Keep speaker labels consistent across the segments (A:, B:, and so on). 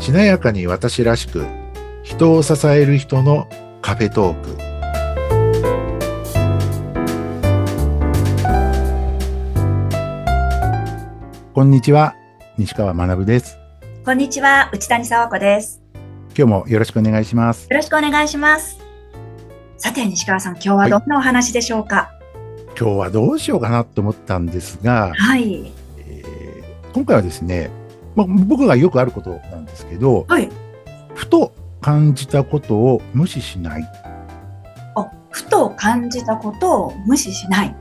A: 華やかに私らしく人を支える人のカフェトークこんにちは西川学です
B: こんにちは、内谷沢子です。
A: 今日もよろしくお願いします
B: よろしくお願いします。さて、西川さん、今日はどんなお話でしょうか。
A: 今日はどうしようかなと思ったんですが、
B: はい。
A: えー今回はですね、まあ、僕がよくあることなんですけど
B: はい。
A: ふと感じたことを無視しない
B: あ、ふと感じたことを無視しない。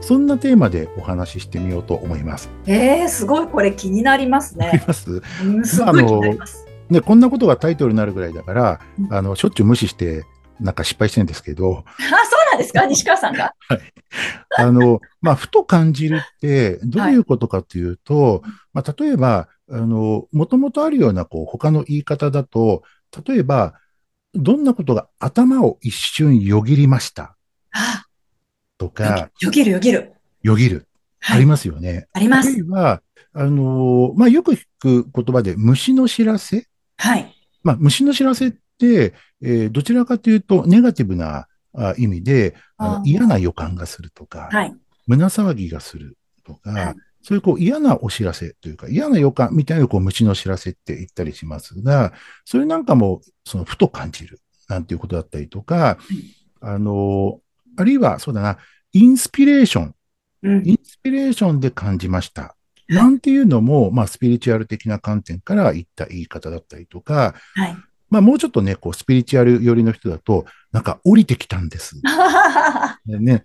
A: そんなテーマでお話ししてみようと思います。
B: えー、すごいこれ気になります
A: あり
B: ね。
A: ます
B: うん、すごい気になります。
A: ね、こんなことがタイトルになるぐらいだから、
B: うん
A: あの、しょっちゅう無視して、なんか失敗してるんですけ ど、
B: あそうなんですか、西川さんが。
A: あの、まあ、ふと感じるって、どういうことかというと、まあ、例えば、あの、もともとあるような、こう、他の言い方だと、例えば、どんなことが頭を一瞬よぎりました
B: あ、
A: とか、
B: よぎるよぎる。
A: よぎる。あ
B: は
A: り
B: い。
A: ますよね。
B: ありま
A: 例
B: す
A: え。ば、あの、まあ、よく聞く言葉で、虫の知らせ
B: はい。
A: まあ、虫の知らせって、えーどちらかというと、ネガティブなあ意味で、あ
B: あ
A: の
B: ー
A: 嫌な予感がするとか、
B: はい。
A: 胸騒ぎがするとか、
B: はい
A: そういうこう嫌なお知らせというか、嫌な予感みたいなこう虫の知らせって言ったりしますが、それなんかも、その、ふと感じるなんていうことだったりとか、あの、あるいは、そうだな、インスピレーション
B: うん。
A: インスピレーションで感じました。
B: い
A: なんていうのも、まあ、スピリチュアル的な観点から言った言い方だったりとか、
B: はい。
A: まあ、もうちょっとね、こう、スピリチュアル寄りの人だと、なんか降りてきたんです。
B: は
A: でね、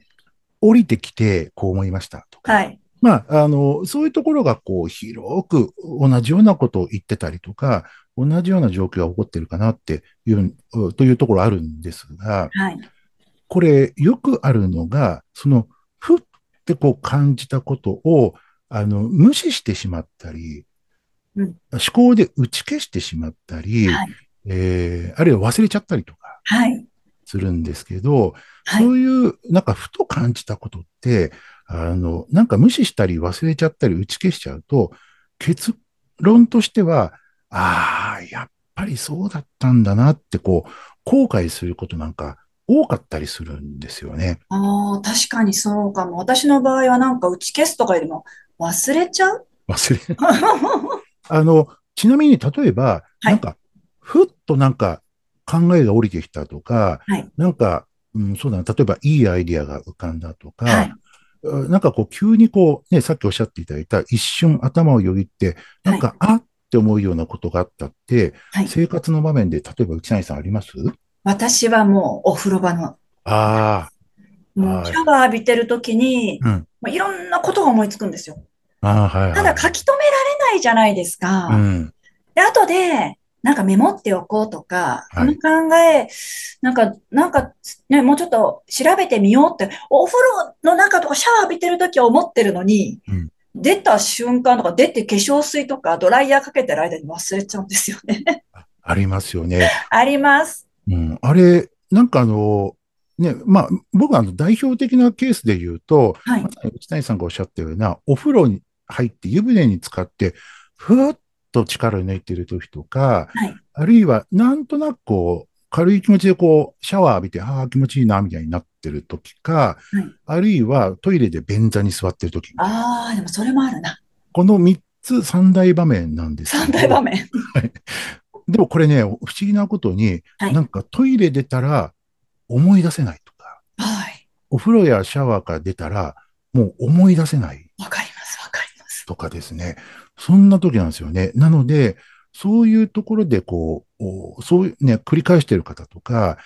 A: 降りてきて、こう思いましたとか。
B: い。
A: まあ、あの、そういうところが、こう、広く同じようなことを言ってたりとか、同じような状況が起こってるかなっていう、うというところあるんですが、
B: はい。
A: これ、よくあるのが、その、ふってこう感じたことを、あの、無視してしまったり、
B: うん
A: 思考で打ち消してしまったり、
B: はい
A: えーあるいは忘れちゃったりとか
B: はい。
A: するんですけど、
B: はい
A: そ。ういう、なんかふと感じたことって、あの、なんか無視したり忘れちゃったり打ち消しちゃうと、結論としては、ああ、やっぱりそうだったんだなって、こう、後悔することなんか多かったりするんですよね。
B: ああ、確かにそうかも。私の場合はなんか打ち消すとかよりも忘れちゃう
A: 忘れ。あの、ちなみに例えば、
B: はい
A: なんか、ふっとなんか考えが降りてきたとか、
B: はい
A: なんか、うん、そうだな、例えばいいアイディアが浮かんだとか、
B: はい
A: なんかこう急にこうね、さっきおっしゃっていただいた一瞬頭をよぎって、なんか、あって思うようなことがあったって、
B: はい
A: 生活の場面で、例えば内谷さんあります
B: 私はもうお風呂場の、
A: あ
B: も
A: は
B: う
A: い
B: シャワー浴びてる時に、
A: あ、うん。
B: もういろんなことが思いつくんですよ。
A: ああ、はい、はい。
B: ただ書き留められないじゃないですか。
A: うん。
B: で、後で、なんかメモっておこうとか、こ
A: はい
B: の考え、なんか、なんか、ね、もうちょっと調べてみようって、お風呂の中とかシャワー浴びてる時は思ってるのに、
A: うん
B: 出た瞬間とか出て化粧水とかドライヤーかけてる間に忘れちゃうんですよね。
A: ありますよね。
B: あります。
A: うん、あれ、なんかあの、ね、まあ、僕はあの代表的なケースで言うと、
B: はい
A: ま。さに内谷さんがおっしゃったような、お風呂に入って湯船に浸かって、ふわっと力を抜いてる時とか、
B: はい
A: あるいはなんとなくこう、軽い気持ちでこう、シャワー浴びて、ああ、気持ちいいな、みたいになってる時か、
B: はい
A: あるいはトイレで便座に座ってる時
B: ああ、でもそれもあるな。
A: この3つ、三大場面なんですけど
B: 三大場面。
A: でもこれね、不思議なことに、
B: はい
A: なんかトイレ出たら思い出せないとか、
B: はい。
A: お風呂やシャワーから出たら、もう思い出せない
B: わかります、わかります。
A: とかですね。そんな時なんですよね。なので、そういうところでこう、おそういうね、繰り返してる方とか、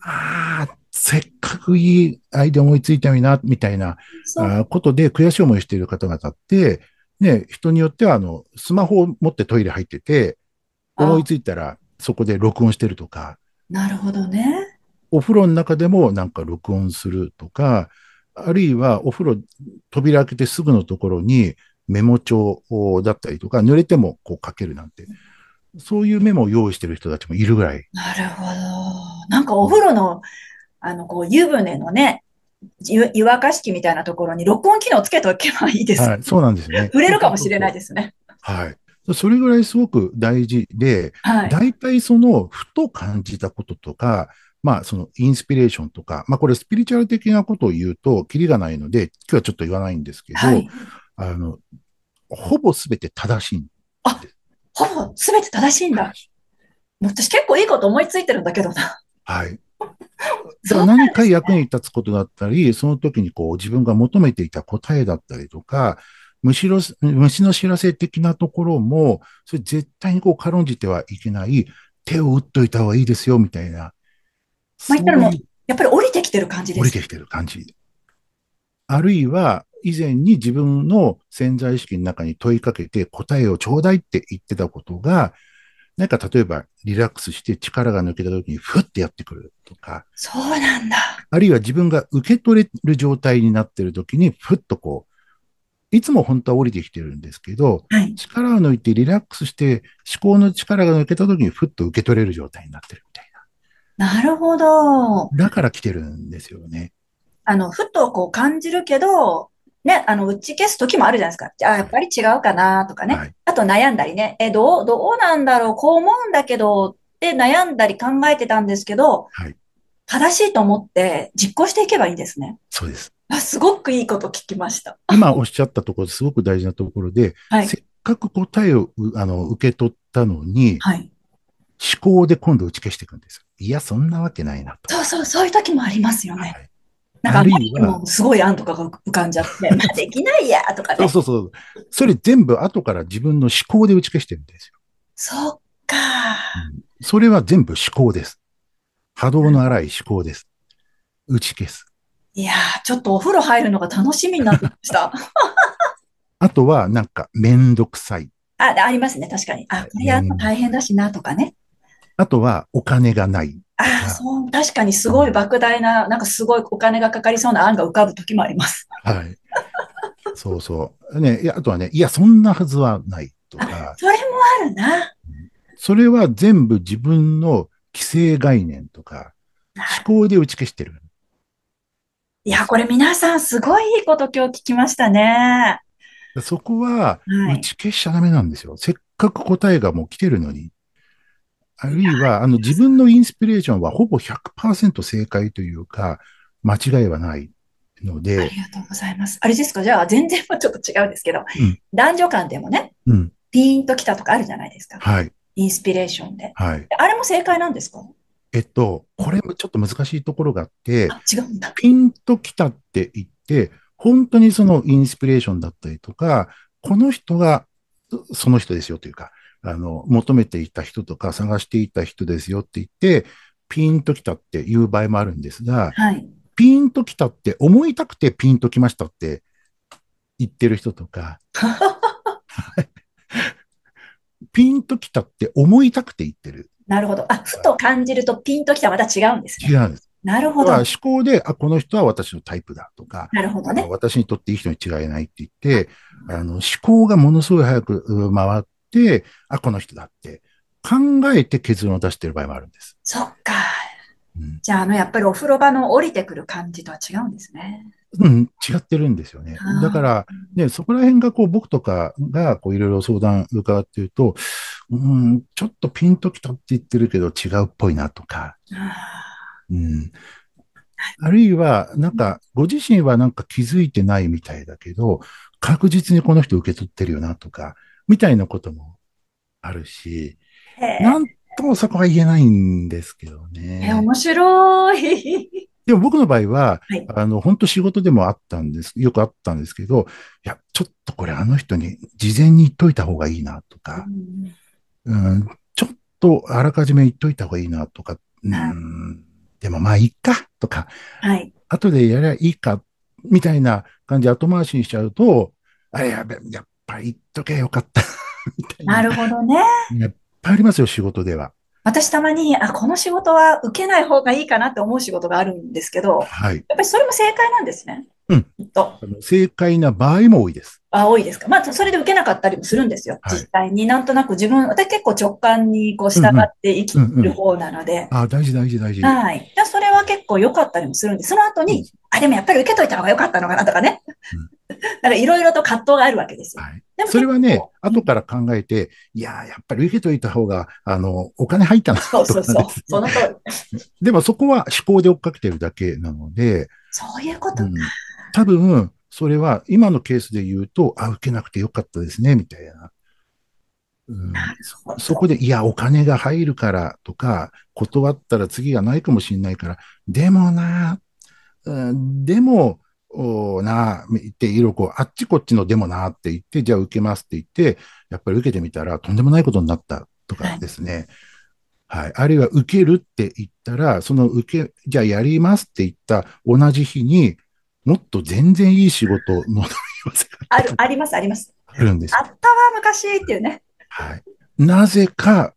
A: ああ、せっかくいいアイデア思いついたのにな、みたいな
B: そう
A: あーことで悔しい思いしている方々って、ね、人によっては、あの、スマホを持ってトイレ入ってて、
B: あ
A: 思いついたらそこで録音してるとか、
B: なるほどね。
A: お風呂の中でもなんか録音するとか、あるいはお風呂、扉開けてすぐのところにメモ帳だったりとか、濡れてもこう書けるなんて、そういうメモを用意してる人たちもいるぐらい。
B: なるほど。なんかお風呂の、あの、こう、湯船のね、湯湯沸かし器みたいなところに録音機能つけておけばいいです。
A: はい、そうなんですね。
B: 触れるかもしれないですね。
A: はい。それぐらいすごく大事で、
B: はい。
A: 大体その、ふと感じたこととか、まあ、そのインスピレーションとか、まあ、これスピリチュアル的なことを言うと、キリがないので、今日はちょっと言わないんですけど、
B: はい。
A: あの、ほぼすべて正しいん
B: ほぼ全て正しいんだ。私結構いいこと思いついてるんだけどな。
A: はい。だから何か役に立つことだったり、その時にこう自分が求めていた答えだったりとか、むしろ、虫の知らせ的なところも、それ絶対にこう軽んじてはいけない、手を打っといた方がいいですよ、みたいな。
B: まあ言ったらもう
A: そうい
B: やっぱり降りてきてる感じ
A: う
B: で
A: 降り
B: す。
A: てきてる感じ。あるいは、以前に自分の潜在意識の中に問いかけて答えをちょうだいって言ってたことが、なんか例えばリラックスして力が抜けた時にふってやってくるとか、
B: そうなんだ。
A: あるいは自分が受け取れる状態になっている時に、ふっとこう、いつも本当は降りてきてるんですけど、
B: はい。
A: 力を抜いてリラックスして、思考の力が抜けた時に、ふっと受け取れる状態になってるみたい
B: なるほど。
A: な。だから来てるんですよね。
B: あの、ふとこう感じるけど、ね、あの、打ち消す時もあるじゃないですか。じゃあ、やっぱり違うかなとかね。
A: はい。
B: あと悩んだりね。え、どう、どうなんだろう、こう思うんだけど、って悩んだり考えてたんですけど、
A: はい
B: 正しいと思って実行していけばいいんですね。
A: そうです。
B: あ、すごくいいこと聞きました。
A: 今おっしゃったところ、すごく大事なところで、
B: はい
A: せっかく答えをうあの受け取ったのに、
B: はい。
A: 思考で今度打ち消していくんですよ。いや、そんなわけないなと。
B: そうそう、そういう時もありますよ
A: は
B: ね。
A: い
B: なんか、
A: あ
B: あ
A: るいは
B: まりにもすごい案とかが浮かんじゃ って、まあ、できないや、とか
A: そう
B: ね。
A: そうそう。それ全部後から自分の思考で打ち消してるんですよ。
B: そっか。
A: それは全部思考です。波動の荒い思考です。打ち消す。
B: いやー、ちょっとお風呂入るのが楽しみになってきま した。
A: あとは、なんか、めんどくさい。
B: あ、でありますね、確かに。あ、これやるの大変だしな、とかね。
A: あとは、お金がない。
B: あ
A: は
B: あ、
A: い
B: そう、確かにすごい莫大な、なんかすごいお金がかかりそうな案が浮かぶ時もあります。
A: はい。そうそう。ね、いやあとはね、いや、そんなはずはないとか、
B: それもあるな。
A: それは全部自分の既成概念とか、思考で打ち消してる。
B: いや、これ皆さんすごいいいこと今日聞きましたね。
A: そこは、
B: は
A: 打
B: い。
A: ち消しちゃダメなんですよ。せっかく答えがもう来てるのに。あるいは、あの、自分のインスピレーションはほぼ100%正解というか、間違いはないの
B: あ
A: で、
B: りがとうございます。あれですかじゃあ、全然まあちょっと違うんですけど、
A: ん
B: 男女間でもね、
A: うん。
B: ピーンときたとかあるじゃないですか。
A: はい。
B: インスピレーションで。
A: はい。
B: あれも正解なんですか
A: えっと、これもちょっと難しいところがあって、
B: あ、違うんだ。
A: ピンときたって言って、本当にそのインスピレーションだったりとか、この人がそその人ですよというか、あの、求めていた人とか探していた人ですよって言って、ピンときたっていう場合もあるんですが、
B: はい。
A: ピンときたって思いたくてピンときましたって言ってる人とか、 ピンときたって思いたくて言ってる。
B: なるほど。あ、ふと感じるとピンときたまた違うんです
A: 違
B: ね。
A: うんです。
B: なるほ
A: だ
B: ど
A: から。思考で、あ、この人は私のタイプだとか、
B: なるほどね。
A: 私にとっていい人に違いないって言って、あの思考がものすごい早くうん回って、あ、この人だって考えて結論を出してる場合もあるんです。
B: そっか。
A: うん、
B: じゃあ、あの、やっぱりお風呂場の降りてくる感じとは違うんですね。
A: うん、違ってるんですよね
B: あー。
A: だから、ね、そこら辺がこう僕とかがこういろいろ相談伺ってると、うん、ちょっとピンときたって言ってるけど違うっぽいなとか、
B: あ
A: うん。あるいは、なんか、ご自身はなんか気づいてないみたいだけど、確実にこの人受け取ってるよなとか、みたいなこともあるし、
B: ー へー
A: なんともそこは言えないんですけど
B: え、
A: ね。
B: 面白い。
A: でも僕の場合は
B: はい、
A: あの、本当仕事でもあったんです、よくあったんですけど、いや、ちょっとこれあの人に事前に言っといた方がいいなとか、うん、ちょっとあらかじめ言っといた方がいいなとか、う
B: はい
A: ん、でもまあいいかとか、
B: はい。
A: 後でやりゃいいか、みたいな感じで後回しにしちゃうと、あれやべ、やっぱり言っとけばよかった。みたい
B: な
A: な。いっ
B: るほどね。
A: ぱいありますよ、仕事では。
B: 私たまに、あ、この仕事は受けない方がいいかなって思う仕事があるんですけど、やっ
A: はい。
B: ぱりそれも正解なんですね。
A: うん。
B: きっと。
A: あの正解な場合も多いです。
B: あ、多いですか。まあ、それで受けなかったりもするんですよ。
A: はい
B: 実際に。なんとなく自分、私結構直感にこう従って生
A: うん
B: き
A: うん
B: る方なので。
A: あ大事、大事、大事。
B: はい。じゃあそれは結構良かったりもするんで、その後に、あ、でもやっぱり受けといた方が良かったのかなとかね。 なんかいろいろと葛藤があるわけですよ。
A: はい。
B: でも
A: それはね、
B: 結構
A: 後から考えて、いやー、やっぱり受けといた方が、あの、お金入ったな。
B: そうそうそう。その通り。
A: でもそこは思考で追っかけてるだけなので、
B: そういうこと
A: う
B: か。
A: ん、多分、それは今のケースで言うと、あ、受けなくてよかったですね、みたいな。うん、
B: なるほど
A: そこで、いや、お金が入るからとか、断ったら次がないかもしれないから、でもな、うん、でも、おーなあ、言って、いろいろこう、あっちこっちのでもなあって言って、じゃあ受けますって言って、やっぱり受けてみたら、とんでもないことになったとかですね。はい。あるいは、受けるって言ったら、その受け、じゃあやりますって言った同じ日に、もっと全然いい仕事の問い合わせが
B: ある、あります、あります。
A: あるんですよ。
B: あったわ、昔っていうね。
A: はい。なぜか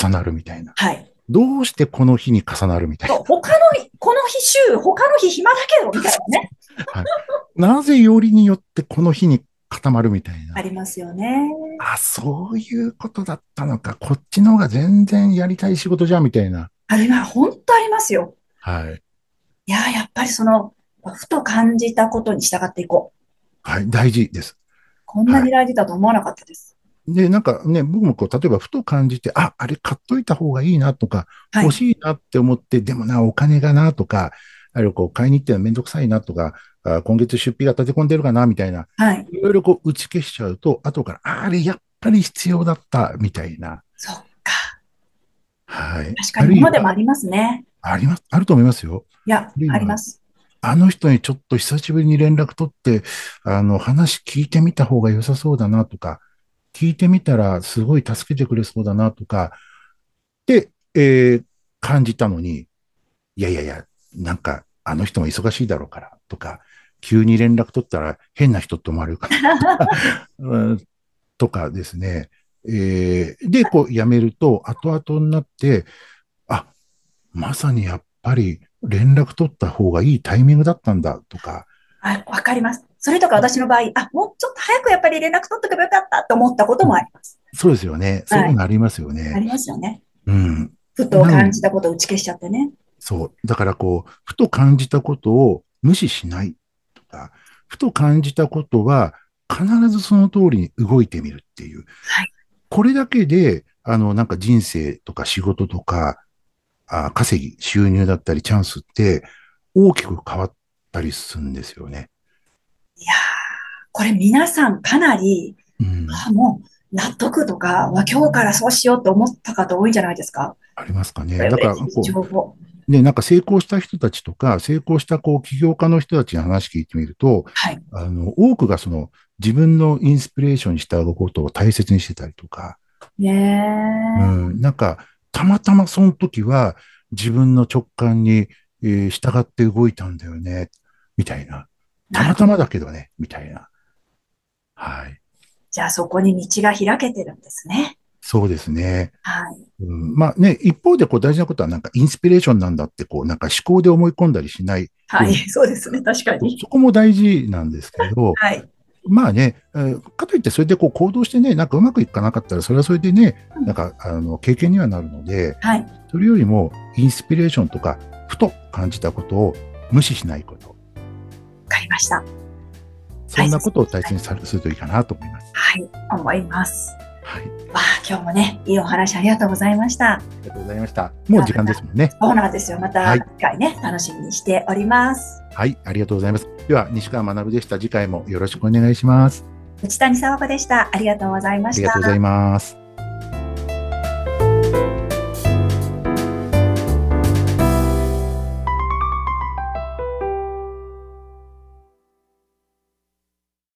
A: 重なるみたいな。
B: はい。
A: どうしてこの日に重なるみたい
B: そ
A: な。
B: う、他の日、この日週、他の日暇だけど、みたいなね。
A: なぜよりによってこの日に固まるみたいな
B: あ。りますよね。
A: あ、そういうことだったのか。こっちの方が全然やりたい仕事じゃんみたいな。
B: あれは本当ありますよ。
A: はい。
B: いやー、やっぱりその、ふと感じたことに従っていこう。
A: はい。大事です。
B: こんなに大事だと思わなかったです。
A: で、なんかね、僕もこう、例えばふと感じて、あ、あれ買っといた方がいいなとか、
B: はい
A: 欲しいなって思って、でもな、お金がなとか、あるいはこう、買いに行ってのめんどくさいなとか、あ今月出費が立て込んでるかなみたいな、
B: はい。
A: いろいろこう打ち消しちゃうと、後から、ああれやっぱり必要だった、みたいな。
B: そっか。
A: はい。
B: 確かに、今でも
A: あ
B: あ
A: るいは
B: りますね。
A: あります、あると思いますよ。
B: いや、
A: るいは
B: あります。
A: あの人にちょっと久しぶりに連絡取って、あの、話聞いてみた方が良さそうだなとか、聞いてみたらすごい助けてくれそうだなとか、で、えー感じたのに、いやいやいや、なんか、あの人も忙しいだろうからとか、急に連絡取ったら変な人って思われるから うんとかですね。えーで、こう、やめると、後々になって、あ、まさにやっぱり連絡取った方がいいタイミングだったんだとか、
B: あわかります。それとか私の場合、あ、もうちょっと早くやっぱり連絡取っておけばよかったと思ったこともあります。
A: そうですよね。そういうのありますよね。
B: ありますよね。
A: うん。
B: ふと感じたことを打ち消しちゃってね。
A: そう。だからこう、ふと感じたことを無視しないとか、ふと感じたことは必ずその通りに動いてみるっていう。
B: はい
A: これだけで、あの、なんか人生とか仕事とか、あ稼ぎ、収入だったりチャンスって大きく変わったりするんですよね。
B: いやー、これ皆さんかなり、
A: うん。
B: あもう納得とか、わ今日からそうしようと思った方多いんじゃないですか。
A: ありますかね。
B: だ
A: だから、こう、
B: 情報。
A: ね、なんか成功した人たちとか、成功したこう起業家の人たちに話聞いてみると、
B: はい。
A: あの、多くがその自分のインスピレーションにしたことを大切にしてたりとか、
B: ね
A: う
B: え。
A: ん、なんか、たまたまその時は自分の直感に、えー従って動いたんだよね、みたいな。たまたまだけどね、みたいな。はい。
B: じゃあそこに道が開けてるんですね。
A: そうですね。
B: はい。
A: うん、まあね、一方でこう大事なことはなんかインスピレーションなんだってこうなんか思考で思い込んだりしない。
B: はい。
A: う
B: そうですね。確かに。
A: そこも大事なんですけど、
B: はい。
A: まあね、えーかといってそれでこう行動してね、なんかうまくいかなかったら、それはそれでね、なんかあの経験にはなるので、
B: はい。
A: それよりもインスピレーションとか、ふと感じたことを無視しないこと、
B: わかりました。
A: そんなことを大切にさするといいかなと思います。
B: はい。思います。
A: はい、
B: わあ、今日もね、いいお話ありがとうございました。
A: ありがとうございました。もう時間ですもんね。
B: そうなんですよ。ま
A: は
B: た
A: い
B: 次回ね、楽しみにしております。
A: はい、ありがとうございます。では、西川学でした。次回もよろしくお願いします。
B: 内谷沢子でした。ありがとうございま
A: あ
B: し
A: りがと
B: た
A: うご。ざいます。